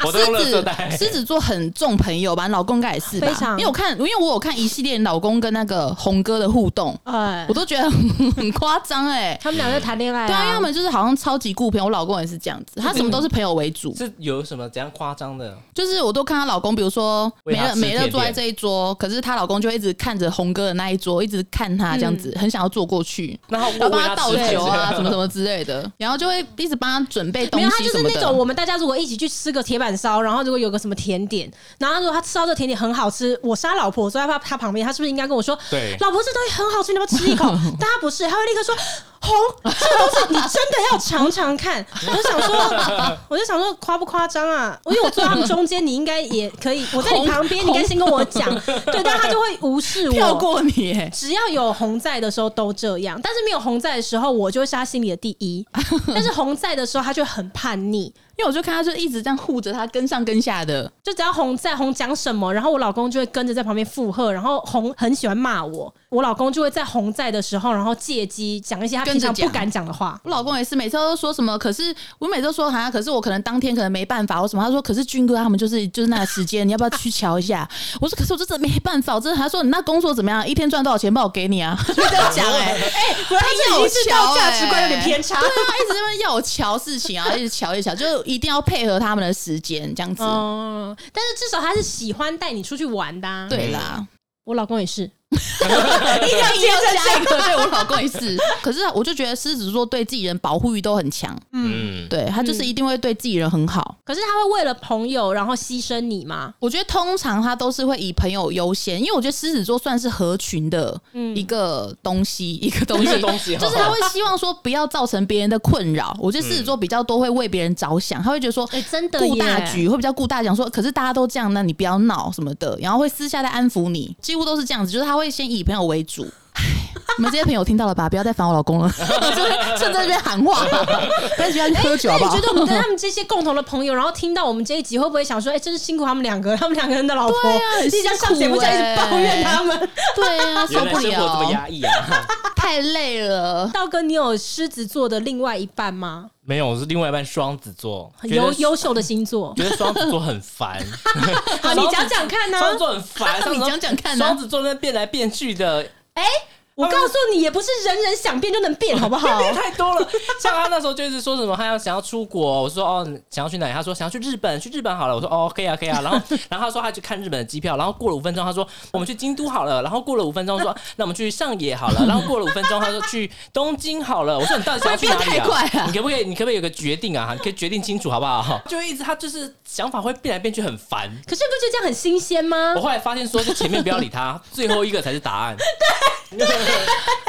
[SPEAKER 3] 我都用垃
[SPEAKER 2] 狮
[SPEAKER 3] 圾
[SPEAKER 2] 子
[SPEAKER 3] 袋。
[SPEAKER 2] 狮子座很重朋友吧，你老公应该也是吧？
[SPEAKER 1] 非常
[SPEAKER 2] 因为我看，因为我有看一系列老公跟那个红哥的互动，
[SPEAKER 1] 哎
[SPEAKER 2] 我，都觉得很很夸张哎。
[SPEAKER 1] 他们俩在谈恋爱
[SPEAKER 2] 对啊，因为他们就是好像超级顾朋友，我老公也是这样子，他什么都是朋友为主，
[SPEAKER 3] 是有什么怎样夸张的？
[SPEAKER 2] 就是我都看她老公，比如说
[SPEAKER 3] 喂
[SPEAKER 2] 美
[SPEAKER 3] 她
[SPEAKER 2] 乐
[SPEAKER 3] 吃
[SPEAKER 2] 美乐
[SPEAKER 3] 甜
[SPEAKER 2] 坐在
[SPEAKER 3] 点
[SPEAKER 2] 这一桌，可是她老公就一直看着红哥的那一桌，一直看他这样子，很想要坐过去，
[SPEAKER 3] 那他
[SPEAKER 2] 然
[SPEAKER 3] 嗯我
[SPEAKER 2] 后帮
[SPEAKER 3] 为
[SPEAKER 2] 他
[SPEAKER 3] 他
[SPEAKER 2] 倒
[SPEAKER 3] 吃甜
[SPEAKER 2] 酒 啊，
[SPEAKER 3] 点
[SPEAKER 2] 什么什么之类的，然后就会一直帮他准备东
[SPEAKER 1] 没有，他
[SPEAKER 2] 西
[SPEAKER 1] 就是
[SPEAKER 2] 什么的
[SPEAKER 1] 那种我们大家如果一起去吃个铁板烧，然后如果有个什么甜点，然后他说他吃到这个甜点很好吃，我是他老婆，我坐在他他旁边，他是不是应该跟我说，
[SPEAKER 3] 对
[SPEAKER 1] 老婆这东西很好吃，你要不要吃一口？ 但他不是，他会立刻说，红，这个东西你真的要尝尝看。我就想说，我就想说夸不夸张啊？因为我坐在他们中间，你应该也可以，我在你
[SPEAKER 2] 红
[SPEAKER 1] 旁边，你应该先跟我讲，对，但他就会无视我，
[SPEAKER 2] 跳过你耶，
[SPEAKER 1] 只要有红在的时候都这样，但是没有红在的时候，我就会是他心里的第 一。但是红在的时候，他就很叛逆，
[SPEAKER 2] 因为我就看他就一直这样护着他，跟上跟下的，
[SPEAKER 1] 就只要红在，红讲什么，然后我老公就会跟着在旁边附和，然后红很喜欢骂我，我老公就会在红在的时候，然后借机讲一些他平常
[SPEAKER 2] 跟着讲
[SPEAKER 1] 不敢讲的话。
[SPEAKER 2] 我老公也是每次都说什么，可是我每次都说哈、可是我可能当天可能没办法，或什么，他说可是军哥他们就是就是那个时间，你要不要去瞧一下？我说可是我真的没办法，我真的。他说你那工作怎么样？一天赚多少钱？帮我给你啊， 就这样讲哎、哎、
[SPEAKER 1] 果然
[SPEAKER 2] 他
[SPEAKER 1] 是已经知道价值观有点 偏差
[SPEAKER 2] 对啊，一直在那边要我瞧事情啊，一直瞧一瞧，就一定要配合他们的时间这样子。
[SPEAKER 1] 嗯，但是至少他是喜欢带你出去玩的、啊。
[SPEAKER 2] 对啦，
[SPEAKER 1] 我老公也 是，
[SPEAKER 2] 一定要加一个，对我老公也是。可是我就觉得狮子座对自己人保护欲都很强，
[SPEAKER 3] 嗯，
[SPEAKER 2] 对他就是一定会对自己人很好。
[SPEAKER 1] 可是他会为了朋友然后牺牲你吗？
[SPEAKER 2] 我觉得通常他都是会以朋友优先，因为我觉得狮子座算是合群的
[SPEAKER 1] 嗯
[SPEAKER 2] 一个东西，一个 东
[SPEAKER 3] 这
[SPEAKER 2] 西。
[SPEAKER 3] 东西 哦
[SPEAKER 2] 就是他会希望说不要造成别人的困扰。我觉得狮子座比较多会为别人着想，他会觉得说
[SPEAKER 1] 哎、真的
[SPEAKER 2] 顾
[SPEAKER 1] 耶
[SPEAKER 2] 大局，会比较顾大讲说，可是大家都这样，那你不要闹什么的，然后会私下再安抚你，几乎都是这样子，就是他会先以朋友为主。唉你们这些朋友听到了吧？不要再烦我老公了， 就是趁这边喊话，不要去跟他喝酒好不
[SPEAKER 1] 那
[SPEAKER 2] 好？
[SPEAKER 1] 你觉哎得我们跟他们这些共同的朋友，然后听到我们这一集，会不会想说，哎、真是辛苦他们两个，他们两个人的老婆，
[SPEAKER 2] 对啊很
[SPEAKER 1] 一直在上节目就
[SPEAKER 2] 辛苦
[SPEAKER 1] 一直
[SPEAKER 2] 欸
[SPEAKER 1] 抱怨他们。
[SPEAKER 3] 哎
[SPEAKER 2] 对啊， 受
[SPEAKER 3] 原来
[SPEAKER 2] 不
[SPEAKER 3] 生活这么
[SPEAKER 2] 了，
[SPEAKER 3] 压抑啊！
[SPEAKER 2] 太累了。
[SPEAKER 1] 道哥，你有狮子座的另外一半吗？
[SPEAKER 3] 没有，我是另外一半双子座，
[SPEAKER 1] 很
[SPEAKER 3] 觉得
[SPEAKER 1] 优优秀的星 座，
[SPEAKER 3] 觉得双子座很烦，
[SPEAKER 1] 好，你讲讲看呢、啊
[SPEAKER 3] 双子座很 烦，
[SPEAKER 2] 你
[SPEAKER 3] 双子座
[SPEAKER 2] 讲讲看啊
[SPEAKER 3] 双子座那变来变去的，
[SPEAKER 1] 我告诉你，也不是人人想变就能变，好不好？
[SPEAKER 3] 哦太多 了。像他那时候就是说什么，他要想要出国，我说哦，想要去哪里？他说想要去日本，去日本好了。我说哦，可以啊，可以啊。然后，然后他说他去看日本的机票，然后过了五分钟，他说我们去京都好了。然后过了五分 钟说，那我们去上野好了。然后过了五分钟，他说去东京好了。我说你到底想要去哪
[SPEAKER 2] 不
[SPEAKER 3] 里
[SPEAKER 2] 要太快
[SPEAKER 3] 啊
[SPEAKER 2] 啊？
[SPEAKER 3] 你可不可以，你可不可以有个决定啊？你可以决定清楚好不好？ 就一直他就是想法会变来变去，很烦。
[SPEAKER 1] 可是你不觉得这样很新鲜吗
[SPEAKER 3] 我？后来发现说，就前面不要理他，最后一个才是答 案。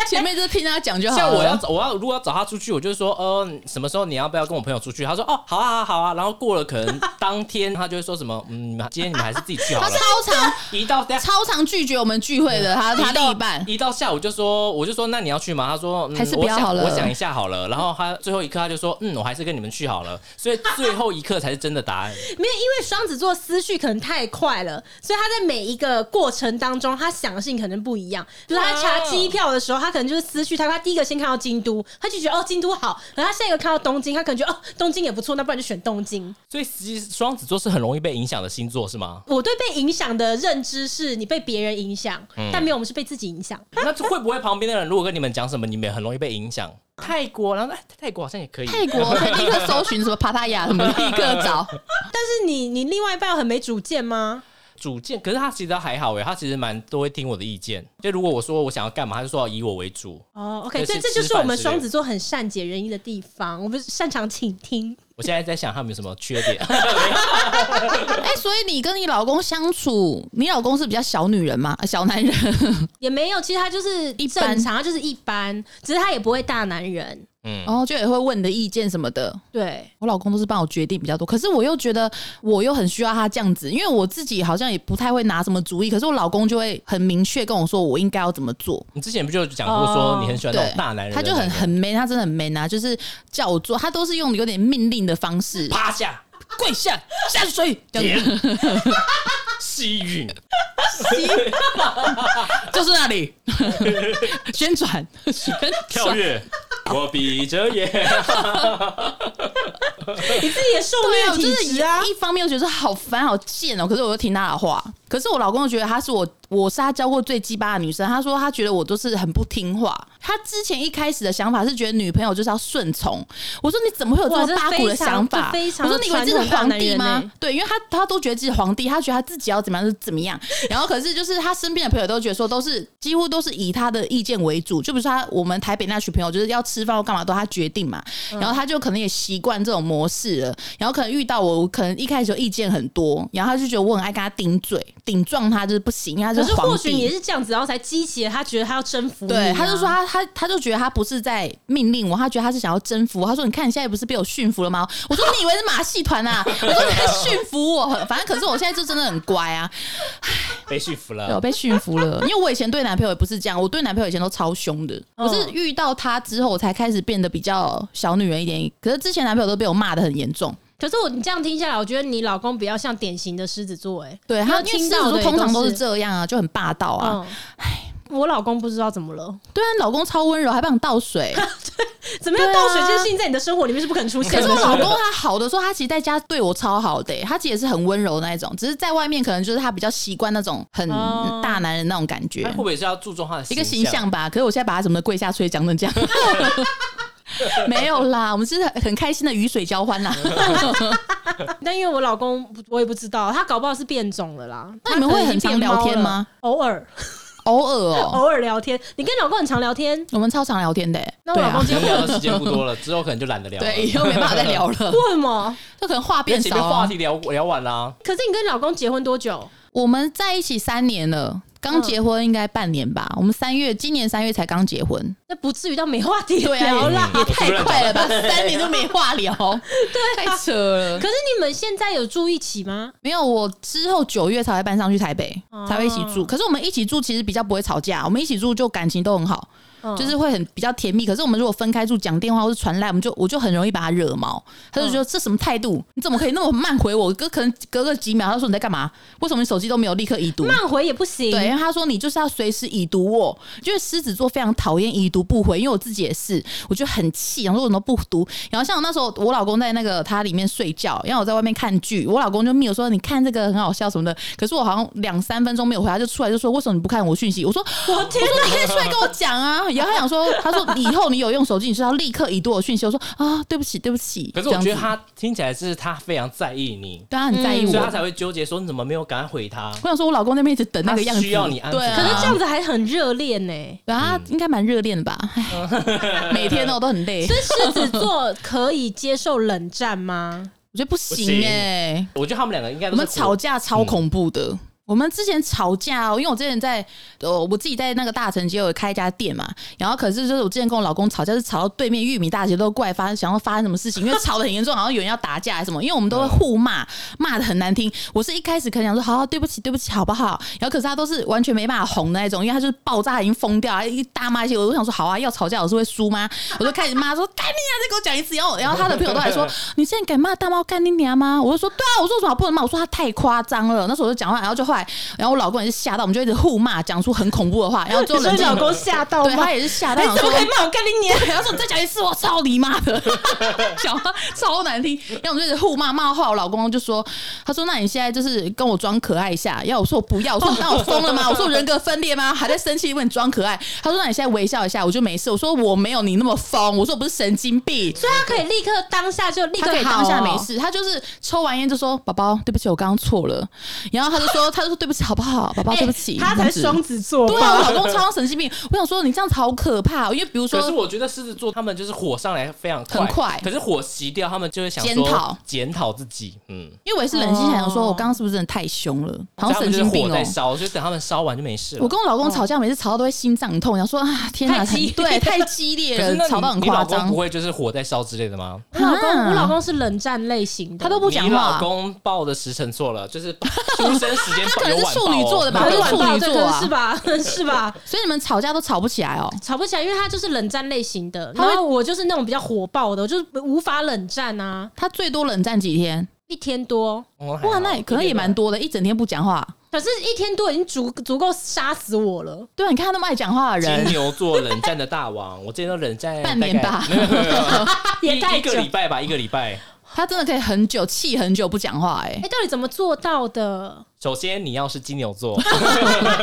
[SPEAKER 2] 前面就是听他讲就好了。
[SPEAKER 3] 像我要找我要如果要找他出去，我就说，呃，什么时候你要不要跟我朋友出去？他说，哦，好啊，好啊。然后过了可 能当天，他就会说什么，嗯，你们今天你们还是自己去好
[SPEAKER 2] 他
[SPEAKER 3] 了。
[SPEAKER 2] 超常
[SPEAKER 3] 一到等下
[SPEAKER 2] 超常拒绝我们聚会的，他他
[SPEAKER 3] 一到
[SPEAKER 2] 另一半，
[SPEAKER 3] 一到下午就说，我就说那你要去吗？他说、嗯、
[SPEAKER 2] 还是
[SPEAKER 3] 我
[SPEAKER 2] 不要
[SPEAKER 3] 想
[SPEAKER 2] 好了
[SPEAKER 3] 我想一下好了。然后他最后一刻他就说，嗯，我还是跟你们去好了。所以最后一刻才是真的答案。
[SPEAKER 1] 没有，因为双子座思绪可能太快了，所以他在每一个过程当中，他想的事情可能不一样。比如说他查机机票的时候，他可能就是思绪，他他第一个先看到京都，他就觉得哦京都好，然后他下一个看到东京，他可能觉得哦东京也不错，那不然就选东京。
[SPEAKER 3] 所以实际双子座是很容易被影响的星座是吗？
[SPEAKER 1] 我对被影响的认知是你被别人影响，但没有我们是被自己影响。
[SPEAKER 3] 那会不会旁边的人如果跟你们讲什么，你们也很容易被影响？泰国，然后哎泰国好像也可以，
[SPEAKER 2] 泰国可以立刻搜寻什么帕塔亚什么，立刻找。
[SPEAKER 1] 但是你你另外一半很没主见吗？
[SPEAKER 3] 主见，可是他其实还好欸诶，他其实蛮都会听我的意见。就如果我说我想要干嘛，他就说要以我为主。
[SPEAKER 1] 哦，OK，
[SPEAKER 3] 就
[SPEAKER 1] 这
[SPEAKER 3] 是
[SPEAKER 1] 这就
[SPEAKER 3] 吃
[SPEAKER 1] 是我
[SPEAKER 3] 饭
[SPEAKER 1] 们
[SPEAKER 3] 之类
[SPEAKER 1] 双
[SPEAKER 3] 的
[SPEAKER 1] 子座很善解人意的地方，我们擅长倾听。
[SPEAKER 3] 我现在在想他们有什么缺点，
[SPEAKER 2] 哎、所以你跟你老公相处，你老公是比较小女人嘛，呃小男人
[SPEAKER 1] 也没有，其实他就是
[SPEAKER 2] 一般
[SPEAKER 1] 正常，他就是一般，只是他也不会大男人。
[SPEAKER 3] 嗯，
[SPEAKER 2] 哦，就也会问你的意见什么的。
[SPEAKER 1] 对，
[SPEAKER 2] 我老公都是帮我决定比较多，可是我又觉得我又很需要他这样子，因为我自己好像也不太会拿什么主意，可是我老公就会很明确跟我说我应该要怎么做。
[SPEAKER 3] 你之前不就讲过说你很喜欢那
[SPEAKER 2] 对
[SPEAKER 3] 种大男人的
[SPEAKER 2] 他
[SPEAKER 3] 那
[SPEAKER 2] 就
[SPEAKER 3] 种
[SPEAKER 2] 很
[SPEAKER 3] 感觉，
[SPEAKER 2] 很 man，他真的很 man 啊，就是叫我做，他都是用有点命令的方式，
[SPEAKER 3] 趴下
[SPEAKER 2] 跪下下水，这样
[SPEAKER 3] 点吸吮，
[SPEAKER 2] 就是那里 宣传 宣
[SPEAKER 3] 跳
[SPEAKER 2] 传。
[SPEAKER 3] 跃，我闭着眼，
[SPEAKER 1] 你自己也受
[SPEAKER 2] 对啊，
[SPEAKER 1] 虐
[SPEAKER 2] 我就
[SPEAKER 1] 体
[SPEAKER 2] 是
[SPEAKER 1] 质啊，
[SPEAKER 2] 一方面又觉得好烦好贱哦、可是我又听他的话。可是我老公又觉得她是我，我是他教过最鸡巴的女生。他说他觉得我都是很不听话。他之前一开始的想法是觉得女朋友就是要顺从。我说你怎么会有这
[SPEAKER 1] 哇
[SPEAKER 2] 么
[SPEAKER 1] 这
[SPEAKER 2] 八股的
[SPEAKER 1] 非常
[SPEAKER 2] 想法？
[SPEAKER 1] 这非常
[SPEAKER 2] 我说你以为自己
[SPEAKER 1] 传
[SPEAKER 2] 是
[SPEAKER 1] 统大
[SPEAKER 2] 皇
[SPEAKER 1] 男
[SPEAKER 2] 帝
[SPEAKER 1] 人
[SPEAKER 2] 吗
[SPEAKER 1] 欸？
[SPEAKER 2] 对，因为他他都觉得自己是皇帝，他觉得他自己要怎么样就怎么样。然后可是就是他身边的朋友都觉得说，都是几乎都是以他的意见为主，就比如说他我们台北那群朋友，就是要吃饭或干嘛都他决定嘛。
[SPEAKER 1] 嗯
[SPEAKER 2] 然后他就可能也习惯这种模式了。然后可能遇到我，我可能一开始就意见很多，然后他就觉得我很爱跟他顶嘴，顶撞他就是不行，因为
[SPEAKER 1] 可
[SPEAKER 2] 他就是皇
[SPEAKER 1] 或许你
[SPEAKER 2] 帝。
[SPEAKER 1] 是这样子，然后才激起了他觉得他要征服你啊、
[SPEAKER 2] 对，他就说他他他就觉得他不是在命令我，他觉得他是想要征服我。他说：“你看你现在不是被我驯服了吗？”我说：“你以为是马戏 团啊？”我说：“你在驯服我。”反正可是我现在就真的很乖啊，
[SPEAKER 3] 被驯服
[SPEAKER 2] 对，我
[SPEAKER 3] 了。
[SPEAKER 2] 被驯服了。因为我以前对男朋友也不是这样，我对男朋友以前都超凶的。
[SPEAKER 1] 嗯
[SPEAKER 2] 我是遇到他之后，我才开始变得比较小女人一点。可是之前男朋友都被我骂的很严重。
[SPEAKER 1] 可是我你这样听下来，我觉得你老公比较像典型的狮子座、欸，哎，
[SPEAKER 2] 对他，因为
[SPEAKER 1] 听
[SPEAKER 2] 狮子
[SPEAKER 1] 到
[SPEAKER 2] 座
[SPEAKER 1] 的
[SPEAKER 2] 通常
[SPEAKER 1] 也
[SPEAKER 2] 都
[SPEAKER 1] 都
[SPEAKER 2] 是这样啊，就很霸道啊。
[SPEAKER 1] 嗯，我老公不知道怎么了，
[SPEAKER 2] 对啊，老公超温柔，还帮你倒水。
[SPEAKER 1] 怎么样
[SPEAKER 2] 对啊
[SPEAKER 1] 倒水这件事情在你的生活里面是不可能 出现
[SPEAKER 2] 可
[SPEAKER 1] 的。
[SPEAKER 2] 是我老公他好的时候，他其实在家对我超好的欸、他其实也是很温柔的那一种，只是在外面可能就是他比较习惯那种很
[SPEAKER 1] 哦
[SPEAKER 2] 大男人那种感觉
[SPEAKER 3] 他会，不会是要注重他的
[SPEAKER 2] 一个形
[SPEAKER 3] 形
[SPEAKER 2] 象吧。可是我现在把他什么跪下吹讲成这样。没有啦，我们是很开心的雨水交欢啦。
[SPEAKER 1] 但因为我老公我也不知道，他搞不好是变种了啦。
[SPEAKER 2] 那
[SPEAKER 1] 他可
[SPEAKER 2] 你们
[SPEAKER 1] 能
[SPEAKER 2] 会很
[SPEAKER 1] 已经
[SPEAKER 2] 常
[SPEAKER 1] 变猫
[SPEAKER 2] 聊天
[SPEAKER 1] 了
[SPEAKER 2] 吗？
[SPEAKER 1] 偶尔，
[SPEAKER 2] 偶尔哦、
[SPEAKER 1] 偶尔聊天。你跟老公很常聊天，
[SPEAKER 2] 我们超常聊天的、欸。
[SPEAKER 1] 那我
[SPEAKER 2] 对
[SPEAKER 1] 老
[SPEAKER 2] 啊
[SPEAKER 1] 公，
[SPEAKER 3] 能聊的时间不多了，之后可能就懒得聊了。
[SPEAKER 2] 对，以后没办法再聊 了，
[SPEAKER 1] 为什么？
[SPEAKER 2] 就可能话
[SPEAKER 3] 因为
[SPEAKER 2] 变
[SPEAKER 3] 前
[SPEAKER 2] 少
[SPEAKER 3] 面
[SPEAKER 2] 啊、
[SPEAKER 3] 话题聊聊完啊啦，
[SPEAKER 1] 可是你跟老公结婚多久？
[SPEAKER 2] 我们在一起三年了，刚结婚应该半年吧。我们三月，今年三月才刚结婚，
[SPEAKER 1] 那不至于到没话题
[SPEAKER 2] 对啊
[SPEAKER 1] 聊啦。
[SPEAKER 2] 也太快了吧，三年都没话聊，对、 太扯了
[SPEAKER 1] 啊可。是你们现在有住一起吗？
[SPEAKER 2] 没有，我之后九月才会搬上去台北，
[SPEAKER 1] 哦
[SPEAKER 2] 才会一起住。可是我们一起住其实比较不会吵架，我们一起住就感情都很好，
[SPEAKER 1] 嗯
[SPEAKER 2] 就是会很比较甜蜜。可是我们如果分开住，讲电话或是传赖，我们就我就很容易把他惹毛，他就觉得这什么态度？你怎么可以那么慢回我？隔可能隔个几秒，他就说你在干嘛？为什么你手机都没有立刻已读？
[SPEAKER 1] 慢回也不行。
[SPEAKER 2] 对，因为他说你就是要随时已读我，就是狮子座非常讨厌已读不回，因为我自己也是，我就很气，然后我怎么不读？然后像那时候我老公在那个他里面睡觉，然后我在外面看剧，我老公就密我说你看这个很好笑什么的，可是我好像两三分钟没有回，他就出来就说为什么你不看我讯息？我说
[SPEAKER 1] 我天
[SPEAKER 2] 我 说你可以出来跟我讲啊，然后他想说他说以后你有用手机，你就要立刻已读我讯息。我说啊对不起对不起，
[SPEAKER 3] 可是
[SPEAKER 2] 这
[SPEAKER 3] 我
[SPEAKER 2] 样
[SPEAKER 3] 觉得
[SPEAKER 2] 子
[SPEAKER 3] 他听起来是他非常在意你，
[SPEAKER 2] 对他啊很在意
[SPEAKER 3] 所
[SPEAKER 2] 我
[SPEAKER 3] 以他。才会纠结说你怎么没有赶快回他。
[SPEAKER 2] 我想说，我老公那边一直等那个
[SPEAKER 3] 他
[SPEAKER 2] 样子，
[SPEAKER 3] 需要你安抚
[SPEAKER 2] 对啊，
[SPEAKER 1] 可是这样子还很热恋呢。
[SPEAKER 2] 对啊，应该蛮热恋 的吧？唉每天哦都很累，
[SPEAKER 1] 所以狮子座可以接受冷战 吗？
[SPEAKER 2] 我觉得不行哎、
[SPEAKER 3] 我觉得他们两个应该
[SPEAKER 2] 我
[SPEAKER 3] 都是
[SPEAKER 2] 们吵架超恐怖的。我们之前吵架哦，因为我之前在呃，我自己在那个大城街有开一家店嘛，然后可是就是我之前跟我老公吵架，是吵到对面玉米大学都怪发想要发生什么事情，因为吵得很严重，好像有人要打架还是什么，因为我们都会互骂，骂的很难听。我是一开始可能想说好好对不起对不起好不好，然后可是他都是完全没办法哄的那种，因为他就是爆炸已经疯掉，啊，一大骂一些，我就想说好啊，要吵架我是会输吗？我就开始骂说 干你啊，再给我讲一次，然后然后他的朋友都还说你现在敢骂大猫干你娘吗？我就说对啊，我说为什么不能骂？我说他太夸张了。那时候我就讲话，然后就后来坏。然后我老公也是吓到，我们就一直互骂，讲出很恐怖的话，然后最后
[SPEAKER 1] 所
[SPEAKER 2] 冷
[SPEAKER 1] 以
[SPEAKER 2] 静
[SPEAKER 1] 老公吓到
[SPEAKER 2] 对
[SPEAKER 1] 吗哎
[SPEAKER 2] 他？也是吓到，
[SPEAKER 1] 你
[SPEAKER 2] 想
[SPEAKER 1] 怎么
[SPEAKER 2] 说哎
[SPEAKER 1] 可以骂我干你娘？
[SPEAKER 2] 对，他说你再讲一次，我操你 妈的，讲话超难听。然后我们就是互骂骂话，我老公就说，他说那你现在就是跟我装可爱一下。要我说我不要，我说你当我疯了吗？我说我人格分裂吗？还在生气因为你装可爱。他说那你现在微笑一下，我就没事。我说我没有你那么疯，我说我不是神经病。
[SPEAKER 1] 所以他可以立刻当下就立
[SPEAKER 2] 他
[SPEAKER 1] 刻
[SPEAKER 2] 可以当下
[SPEAKER 1] 好哦
[SPEAKER 2] 没。事，他就是抽完烟就说：“宝宝，对不起，我刚刚错了。”然后他就说：“他就说对不起，好不好？宝宝，
[SPEAKER 1] 哎
[SPEAKER 2] 哦对不起。
[SPEAKER 1] 他才
[SPEAKER 2] 这样子
[SPEAKER 1] 是双子座
[SPEAKER 2] 对啊，我
[SPEAKER 1] 吧？
[SPEAKER 2] 老公超神经病。我想说你这样子好可怕、哦，因为比如说
[SPEAKER 3] 可是我觉得狮子座他们就是火上来非常快，
[SPEAKER 2] 很快
[SPEAKER 3] 可是火熄掉，他们就会想
[SPEAKER 2] 检
[SPEAKER 3] 说
[SPEAKER 2] 讨
[SPEAKER 3] 检讨自己，嗯，
[SPEAKER 2] 因为我也是冷静想说，
[SPEAKER 1] 哦
[SPEAKER 2] 我刚刚是不是真的太凶了，好像
[SPEAKER 3] 所以他
[SPEAKER 2] 神
[SPEAKER 3] 们就是
[SPEAKER 2] 经病
[SPEAKER 3] 火
[SPEAKER 2] 哦、
[SPEAKER 3] 在烧，就等他们烧完就没事了。
[SPEAKER 2] 我跟我老公吵架，每次吵到都会心脏痛，想说啊，天哪，
[SPEAKER 1] 太激
[SPEAKER 2] 很 对，太激烈
[SPEAKER 3] 可是
[SPEAKER 2] 了，
[SPEAKER 3] 那你
[SPEAKER 2] 吵到很
[SPEAKER 3] 你老
[SPEAKER 2] 夸
[SPEAKER 3] 公
[SPEAKER 2] 张
[SPEAKER 3] 不。会就是火在烧之类的吗？
[SPEAKER 1] 我老公，
[SPEAKER 2] 啊
[SPEAKER 1] 我老公是冷战类型的，
[SPEAKER 2] 他都不讲
[SPEAKER 3] 你老
[SPEAKER 2] 话，
[SPEAKER 3] 公报的时辰错了，就是出生 时间
[SPEAKER 2] 他可能
[SPEAKER 3] 有
[SPEAKER 2] 是
[SPEAKER 3] 晚
[SPEAKER 2] 处女
[SPEAKER 3] 报哦
[SPEAKER 2] 座的吧
[SPEAKER 1] 可
[SPEAKER 2] 他
[SPEAKER 1] 是
[SPEAKER 2] 是处女座 啊
[SPEAKER 1] 是吧？是吧？
[SPEAKER 2] 所以你们吵架都吵不起来哦。
[SPEAKER 1] 吵不起来，因为他就是冷战类型的，
[SPEAKER 2] 他会
[SPEAKER 1] 然后我就是那种比较火爆的，我就是无法冷战啊，
[SPEAKER 2] 他最多冷战几天，
[SPEAKER 1] 一天多。
[SPEAKER 3] 哦还好
[SPEAKER 2] 哇，那可能也蛮多的，一整天不讲话。
[SPEAKER 1] 可是，一天多已经足足够杀死我了。
[SPEAKER 2] 对，啊你看他那么爱讲话的
[SPEAKER 3] 金
[SPEAKER 2] 人，
[SPEAKER 3] 牛座冷战的大王，我之前都冷 战
[SPEAKER 2] 半年
[SPEAKER 3] 大概
[SPEAKER 2] 吧
[SPEAKER 3] 没有没有没有，
[SPEAKER 1] 也
[SPEAKER 3] 一
[SPEAKER 1] 太
[SPEAKER 3] 一个
[SPEAKER 1] 久
[SPEAKER 3] 礼拜吧，一个礼拜。
[SPEAKER 2] 他真的可以很久气很久不讲话，哎
[SPEAKER 1] 哎、，到底怎么做到的？
[SPEAKER 3] 首先，你要是金牛座，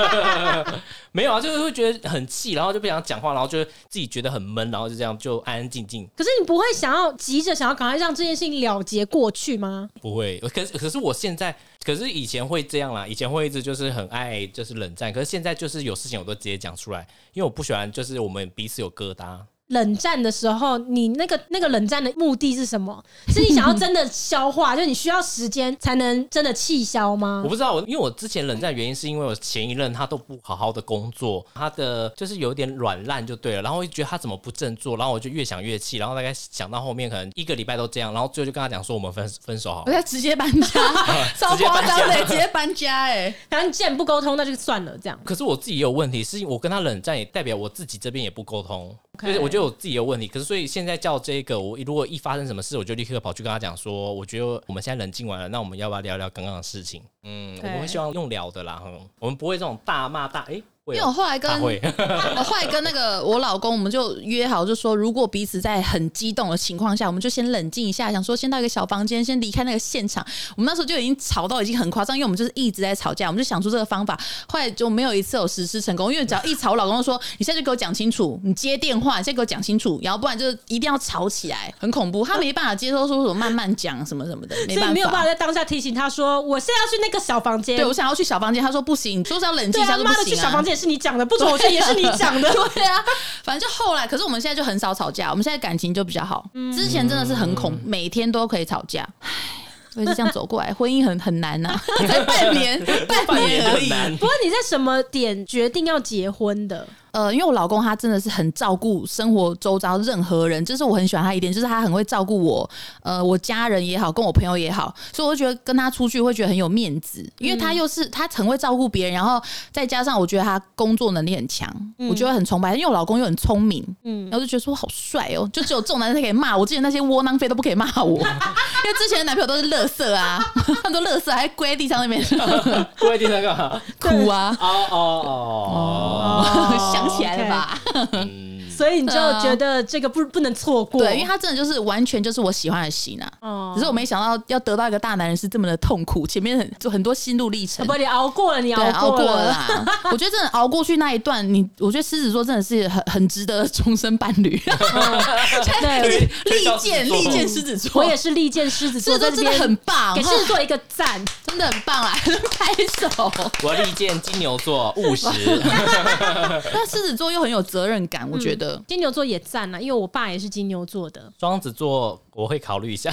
[SPEAKER 3] 没有啊，就是会觉得很气，然后就不想讲话，然后就自己觉得很闷，然后就这样就安安静静。
[SPEAKER 1] 可是你不会想要急着想要赶快让这件事情了结过去吗？
[SPEAKER 3] 不会，可是可是我现在，可是以前会这样啦，以前会一直就是很爱就是冷战，可是现在就是有事情我都直接讲出来，因为我不喜欢就是我们彼此有疙瘩。
[SPEAKER 1] 冷战的时候，你那个那个冷战的目的是什么？是你想要真的消化， 就是你需要时间才能真的气消吗
[SPEAKER 3] 我？不知道，我因为我之前冷战的原因是因为我前一任他都不好好的工作，他的就是有点软烂就对了，然后我就觉得他怎么不振作，然后我就越想越气，然后大概想到后面可能一个礼拜都这样，然后最后就跟他讲说我们分分手好
[SPEAKER 2] 我
[SPEAKER 3] 了。
[SPEAKER 2] 在直接搬家，
[SPEAKER 3] 哦
[SPEAKER 2] 超夸张的，直接搬家，哎，
[SPEAKER 1] 然后你既然不沟通，那就算了，这样。
[SPEAKER 3] 可是我自己也有问题，是我跟他冷战，也代表我自己这边也不沟通
[SPEAKER 1] OK
[SPEAKER 3] 就是我觉得我自己有问题。可是所以现在叫这个，我如果一发生什么事，我就立刻跑去跟他讲说，我觉得我们现在冷静完了，那我们要不要聊聊刚刚的事情？嗯，我
[SPEAKER 1] OK
[SPEAKER 3] 们会希望用聊的啦，嗯我们不会这种大骂大诶，因
[SPEAKER 2] 因为我后来跟
[SPEAKER 3] 会。
[SPEAKER 1] 呃
[SPEAKER 2] 我后来跟那个我老公，我们就约好，就说如果彼此在很激动的情况下，我们就先冷静一下，想说先到一个小房间，先离开那个现场。我们那时候就已经吵到已经很夸张，因为我们就是一直在吵架，我们就想出这个方法，后来就没有一次有实施成功。因为只要一吵，我老公就说：“你现在就给我讲清楚，你接电话，你现在给我讲清楚，然后不然就是一定要吵起来，很恐怖。”他没办法接受说什么慢慢讲什么什么的，没
[SPEAKER 1] 所以
[SPEAKER 2] 办
[SPEAKER 1] 你没有办法
[SPEAKER 2] 法。
[SPEAKER 1] 在当下提醒他说，我现在要去那个小房间。
[SPEAKER 2] 对我想要去小房间，他说不行，你就是要冷静
[SPEAKER 1] 对
[SPEAKER 2] 一下，
[SPEAKER 1] 啊，
[SPEAKER 2] 说不
[SPEAKER 1] 妈的，去
[SPEAKER 2] 行
[SPEAKER 1] 小
[SPEAKER 2] 啊
[SPEAKER 1] 房。间也是你讲的，不准我去也是你讲 的。
[SPEAKER 2] 对啊，反正就后来，可是我们现在就很少吵架，我们现在感情就比较好。之前真的是很恐，每天都可以吵架。唉，我也是这样走过来， 婚姻很很难 呐、才半 年， 半年而已。
[SPEAKER 3] 难。
[SPEAKER 1] 不过你在什么点决定要结婚的？
[SPEAKER 2] 呃，因为我老公他真的是很照顾生活周遭任何人，这是我很喜欢他一点，就是他很会照顾我，呃，我家人也好，跟我朋友也好，所以我就觉得跟他出去会觉得很有面子，因为他又是他很会照顾别人，然后再加上我觉得他工作能力很强，我觉得很崇拜，因为我老公又很聪明，
[SPEAKER 1] 嗯
[SPEAKER 2] 然后就觉得说好帅哦，就只有这种男生才可以骂我，之前那些窝囊废都不可以骂我，因 为之前的男朋友都是乐色啊， 很多乐色还跪在地上那边
[SPEAKER 3] 跪在地上干嘛？
[SPEAKER 2] 哭啊，
[SPEAKER 3] 哦哦
[SPEAKER 2] 想起来了吧？
[SPEAKER 3] 哦，嗯，
[SPEAKER 1] 所以你就
[SPEAKER 2] 对啊
[SPEAKER 1] 觉得这个不不能错过。
[SPEAKER 2] 对，因为他真的就是完全就是我喜欢的型啊。
[SPEAKER 1] 哦
[SPEAKER 2] 只是我没想到要得到一个大男人是这么的痛苦，前面很就很多心路历程。
[SPEAKER 1] 哦不，你熬过了，你
[SPEAKER 2] 对，
[SPEAKER 1] 熬
[SPEAKER 2] 熬过
[SPEAKER 1] 了
[SPEAKER 2] 了。啦。我觉得真的熬过去那一段，你我觉得狮子座真的是很很值得终身伴侣。
[SPEAKER 1] 嗯 对，
[SPEAKER 2] 利剑，利剑狮子座，
[SPEAKER 1] 我也是利剑狮子
[SPEAKER 2] 狮
[SPEAKER 1] 座
[SPEAKER 2] 子座
[SPEAKER 1] 在这
[SPEAKER 2] 真的
[SPEAKER 1] 边
[SPEAKER 2] 很棒，
[SPEAKER 1] 给狮子座一个 赞。
[SPEAKER 2] 真的很棒啊！ 拍 手。
[SPEAKER 3] 我力荐金牛座务 实，
[SPEAKER 2] 但狮子座又很有责任感，我觉得。
[SPEAKER 1] 嗯金牛座也赞啊了，因为我爸也是金牛座的。
[SPEAKER 3] 双子座我会考虑 一下，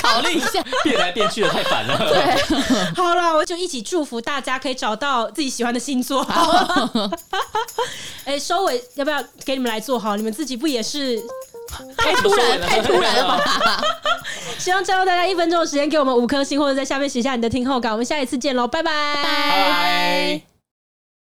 [SPEAKER 2] 考虑一下，
[SPEAKER 3] 变来变去的太烦了。
[SPEAKER 2] 对，
[SPEAKER 1] 好了，我就一起祝福大家可以找到自己喜欢的星座。 哎，收尾要不要给你们来做好？你们自己不也是
[SPEAKER 3] 太
[SPEAKER 2] 突然太突然了？吧？
[SPEAKER 1] 希望占用大家一分钟的时间，给我们五颗星，或者在下面写下你的听后感。我们下一次见喽，拜拜
[SPEAKER 3] 拜。